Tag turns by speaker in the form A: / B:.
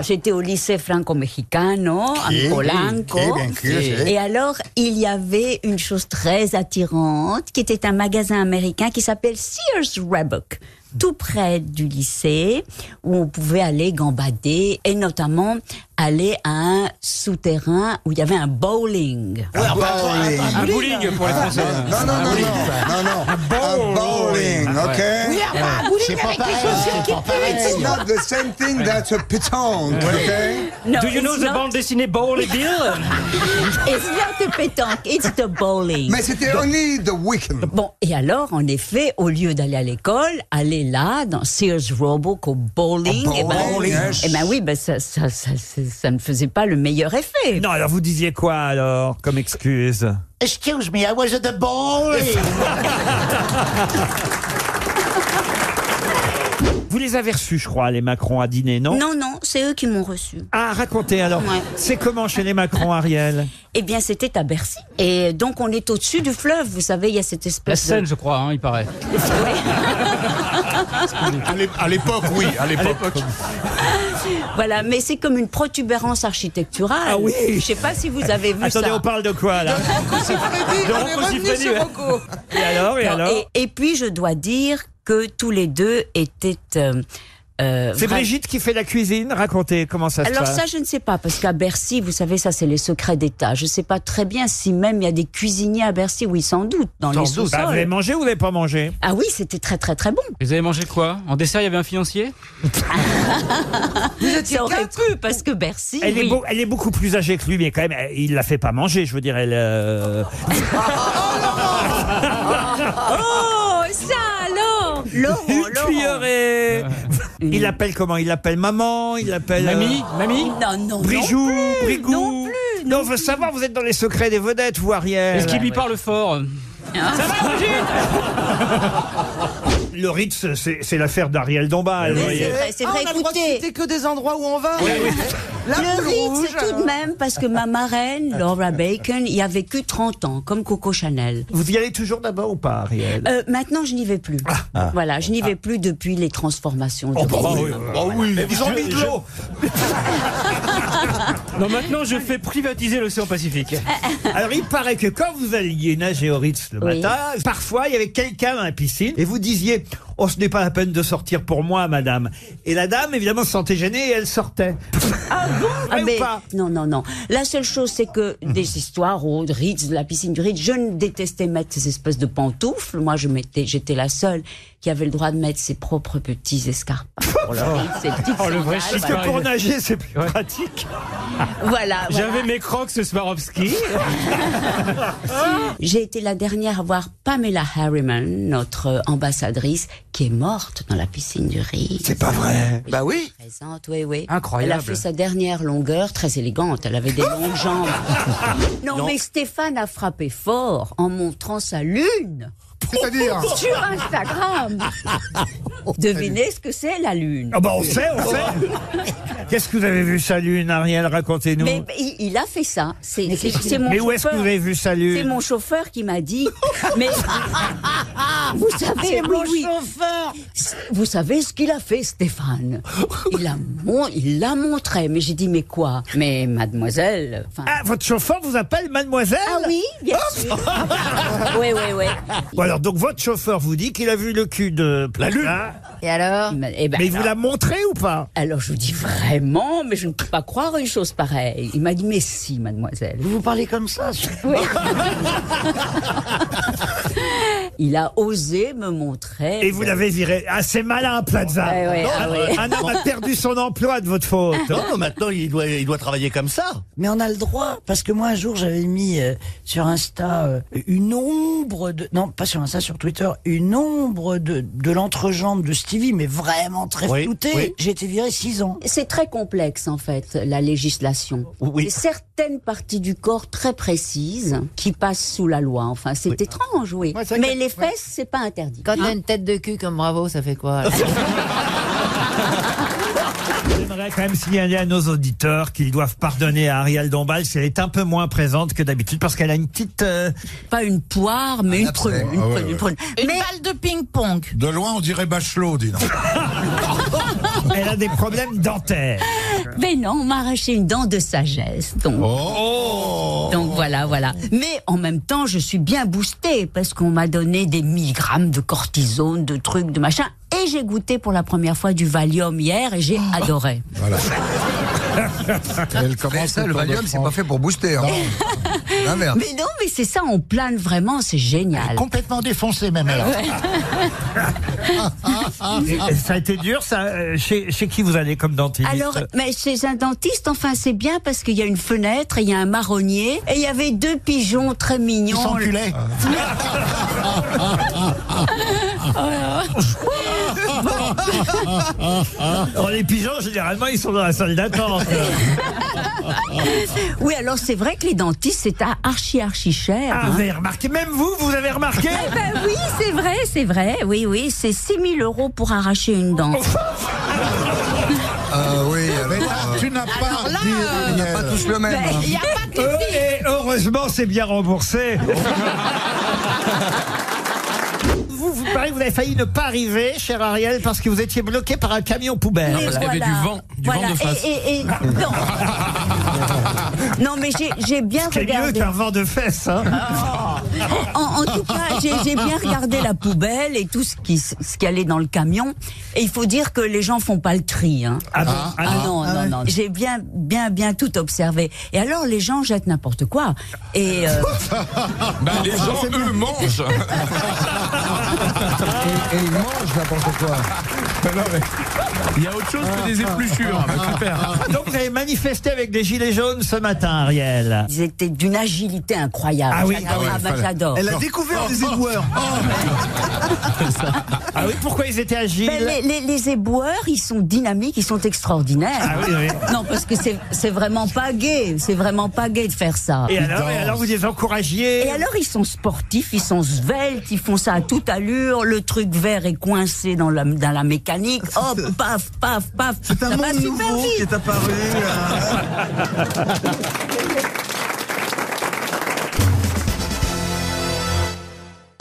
A: j'étais au lycée franco-mexicano,
B: Qui-
A: à Polanco.
B: qui, bien sûr,
A: Et-
B: oui.
A: Et alors, il y avait une chose très attirante qui était un magasin américain qui s'appelle Sears Roebuck, tout près du lycée, où on pouvait aller gambader et notamment aller à un souterrain où il y avait un bowling.
B: Un bowling.
C: Un bowling pour les Français.
D: Ah,
B: Non, non, non, non, non, non. Un bowling, ok?
E: C'est pas pareil.
B: It's not the same thing that's a pétanque, ok?
A: No,
C: Do you know
A: it's
C: the
A: not-
C: bande dessinée Bowl et Bill
A: It's not the pétanque, it's the bowling.
B: Mais c'était only the weekend.
A: Bon, et alors, en effet, au lieu d'aller à l'école, aller là, dans Sears Roebuck, au bowling,
B: Au
A: eh ben,
B: bowling, yes.
A: eh ben oui, ben ça, ça, ça, ça- ça ne faisait pas le meilleur effet.
D: Non, alors vous disiez quoi alors comme excuse
E: Excuse me, I was at the bowling.
D: Vous les avez reçus, je crois, les Macron à dîner, non
A: Non, non, c'est eux qui m'ont reçu.
D: Ah, racontez alors.
A: Ouais.
D: C'est comment chez les Macron, Ariel
A: Eh bien, c'était à Bercy. Et donc, on est au-dessus du fleuve, vous savez, il y a cette
C: La
A: espèce
C: scène,
A: de...
C: je crois, hein, il paraît.
F: À l'ép- À l'époque, oui, à l'époque.
A: Voilà, mais c'est comme une protubérance architecturale.
D: Ah oui.
A: Je sais pas si vous avez vu
D: Attendez,
A: ça.
D: on parle de quoi là De Rocco Siffredi, ouais. Et alors, et
A: Non,
D: alors
A: et, et puis, je dois dire que tous les deux étaient... euh, euh,
D: C'est
A: vra-
D: Brigitte qui fait la cuisine Racontez comment ça se
A: Alors
D: passe.
A: ça, je ne sais pas, parce qu'à Bercy, vous savez, ça, c'est les secrets d'État. Je ne sais pas très bien si même il y a des cuisiniers à Bercy, oui, sans doute, dans les
D: Bah, vous avez
A: sous-sols.
D: mangé ou vous n'avez pas mangé
A: Ah oui, c'était très très très bon.
C: Vous avez mangé quoi En dessert, il y avait un financier
A: Ça aurait pu, parce que Bercy,
D: elle, est
A: oui.
D: beau- elle est beaucoup plus âgée que lui, mais quand même, elle- il la fait pas manger, je veux dire. Elle, euh,
A: Oh, ça alors Laurent,
D: Une
A: Oh, Laurent.
D: cuillerée Il l'appelle comment Il l'appelle maman Il l'appelle... euh,
C: Mamie Mamie
A: Non, non,
D: Brigiou,
A: non plus,
D: Brigou.
A: non plus.
D: Non, on veut savoir, vous êtes dans les secrets des vedettes, vous, Ariel.
C: Est-ce qu'il lui parle fort
D: Le Ritz, c'est c'est l'affaire d'Ariel Dombal. vous
A: Mais
D: voyez.
A: C'est vrai, c'est
G: Ah,
A: vrai,
G: on a le droit de
A: écoutez,
G: citer que des endroits où on va. La
A: le
G: boule rouge.
A: Ritz, tout de même, parce que ma marraine, Laura Bacon, y a vécu 30 ans, comme Coco Chanel.
D: Vous y allez toujours là-bas ou pas, Ariel
A: Euh, maintenant, je n'y vais plus.
C: Ah.
A: Voilà, je n'y vais plus depuis les transformations.
C: Oh,
A: de
C: bah,
A: Brigitte.
D: Ils ont mis de l'eau
C: Non, maintenant, je fais privatiser l'océan Pacifique.
D: Euh, Alors, il paraît que quand vous alliez nager au Ritz le
A: Oui.
D: matin, parfois, il y avait quelqu'un dans la piscine et vous disiez « Oh, ce n'est pas la peine de sortir pour moi, madame ». Et la dame, évidemment, se sentait gênée et elle sortait.
A: Ah,
D: Vrai ou
A: mais-
D: pas
A: non, non, non. La seule chose, c'est que
C: Mhm.
A: des histoires au Ritz, de la piscine du Ritz, je ne détestais mettre ces espèces de pantoufles. Moi, je mettais, j'étais la seule qui avait le droit de mettre ses propres petits escarpins. pour le Ritz, ses petites
C: Oh, le vrai
A: sandales,
C: chic.
D: Parce que pour
C: Pareil.
D: nager, c'est plus
C: Ouais.
D: pratique.
A: Voilà. voilà.
C: J'avais mes crocs ce Swarovski.
A: J'ai été la dernière à voir Pamela Harriman, notre euh, ambassadrice, qui est morte dans la piscine du Ritz. C'est pas vrai.
G: Bah oui.
A: Présente, oui, oui.
C: Incroyable.
A: Elle a fait sa dernière longueur, très élégante. Elle avait des longues jambes. Non, mais Stéphane a frappé fort en montrant sa lune
B: C'est-à-dire,
A: sur Instagram. Devinez ce que c'est la lune.
D: Ah bah on sait, on sait Qu'est-ce que vous avez vu sa lune, Ariel Racontez-nous.
A: Mais mais il, il a fait ça. C'est c'est- c'est mon
D: Mais où est-ce que
A: chauffeur.
D: vous avez vu sa lune
A: C'est mon chauffeur qui m'a dit. Mais vous savez, oui, oui. Vous savez ce qu'il a fait, Stéphane Il a mon- il l'a montré. Mais j'ai dit mais quoi Mais mademoiselle. enfin,
D: Ah, votre chauffeur vous appelle mademoiselle
A: Ah oui, bien sûr. oui, oui, oui.
D: Bon, alors, donc votre chauffeur vous dit qu'il a vu le cul de la lune.
A: Et alors eh ben,
D: Mais il vous
A: alors,
D: l'a montré ou pas
A: alors, je vous dis vraiment, mais je ne peux pas croire une chose pareille. Il m'a dit, mais si, mademoiselle.
E: Vous parlez comme ça sur-
A: Il a osé me montrer.
D: Et vous l'avez viré. Ah, c'est malin, Plaza.
A: Ouais, ouais,
D: Non,
A: ah ouais.
D: Un homme a perdu son emploi de votre faute.
F: Non, maintenant, il doit, il doit travailler comme ça.
E: Mais on a le droit, parce que moi un jour j'avais mis euh, sur Insta euh, une ombre de... Non, pas sur Insta, sur Twitter, une ombre de, de l'entrejambe de Stevie, mais vraiment très
F: Oui,
E: floutée.
F: oui.
E: J'ai été viré 6 ans.
A: C'est très complexe en fait, la législation.
F: Oui.
A: Et Certaines parties du corps très précises qui passent sous la loi. Enfin, c'est étrange, oui.
F: Ouais, c'est vrai
A: Mais
F: que-
A: les fesses, c'est pas interdit.
H: Quand
A: Hein
H: t'as une tête de cul comme bravo, ça fait quoi
D: J'aimerais quand même signaler à nos auditeurs qu'ils doivent pardonner à Ariel Dombal si elle est un peu moins présente que d'habitude parce qu'elle a une petite. euh,
A: Pas une poire, mais une prune.
B: ah
A: une
B: ouais,
A: prune,
B: ouais.
A: une prune.
H: Une
A: Mais
H: balle de ping-pong.
B: De loin, on dirait Bachelot, dis donc.
D: elle a des problèmes dentaires.
A: Mais non, on m'a arraché une dent de sagesse. Donc, donc voilà, voilà. Mais en même temps, je suis bien boostée parce qu'on m'a donné des milligrammes de cortisone, de trucs, de machin. Et j'ai goûté pour la première fois du Valium hier et j'ai adoré.
B: Voilà. Elle commence
I: ça, le Valium, c'est pas fait pour booster. hein. L'inverse.
A: Mais non, mais c'est ça, on plane vraiment, c'est génial.
I: Complètement défoncé, même alors.
D: Et Ça a été dur, ça. euh, Chez, chez qui vous allez comme dentiste
A: Alors, mais chez un dentiste, enfin, c'est bien parce qu'il y a une fenêtre, et il y a un marronnier et il y avait deux pigeons très mignons.
I: S'enculait.
D: Oh, les pigeons, généralement, ils sont dans la salle d'attente.
A: Oui, alors c'est vrai que les dentistes, c'est à archi, archi cher.
D: Ah,
A: hein.
D: vous avez remarqué, même vous, vous avez remarqué
A: Ben oui, c'est vrai, c'est vrai. Oui, oui, c'est 6000 euros pour arracher une dent.
I: Ah oui,
B: Mais
I: alors,
B: là, tu n'as pas
H: là,
B: dit,
H: euh,
I: on n'a
B: Ariel.
I: pas tous le
A: Ben,
I: même. hein.
H: Il n'y a pas que
D: Euh, Et heureusement, c'est bien remboursé. Vous, vous parlez, vous avez failli ne pas arriver, cher Ariel, parce que vous étiez bloqué par un camion poubelle.
A: Mais
J: parce qu'il y avait
A: voilà.
J: du vent, du
A: Voilà,
J: vent de face.
A: Et, et- et- non. non, mais j'ai- j'ai bien
D: C'est mieux
A: regardé.
D: qu'un vent de fesses. hein.
A: En, en tout cas, j'ai j'ai bien regardé la poubelle et tout ce qui, ce qui allait dans le camion. Et il faut dire que les gens font pas le tri. Hein.
D: Ah bon Ah
A: Ah
D: non.
A: non, non, non. J'ai bien, bien, bien tout observé. Et alors, les gens jettent n'importe quoi. Et euh,
J: Bah, les gens, eux, mangent.
I: Et, et il mange n'importe quoi.
J: Il y a autre chose que des épluchures. Ah, bah, Super.
D: Donc vous avez manifesté avec des gilets jaunes ce matin, Ariel.
A: ils étaient d'une agilité incroyable.
D: Ah oui,
A: J'adore.
D: ah oui,
A: bah,
B: fallait-
A: j'adore.
G: Elle a découvert les éboueurs.
D: Ah oui, pourquoi ils étaient agiles
A: Ben, les, les- les éboueurs, ils sont dynamiques, ils sont extraordinaires.
D: Ah oui, oui.
A: Non, parce que c'est c'est vraiment pas gay. C'est vraiment pas gay de faire ça.
D: Et alors, et alors, vous les encouragiez
A: Et alors, ils sont sportifs, ils sont sveltes, ils font ça à toute allure. Le truc vert est coincé dans la, dans la mécanique. Hop, paf, paf, paf.
G: C'est un
A: ça va
G: monde
A: super
G: nouveau qui est
A: vite.
G: apparu. euh,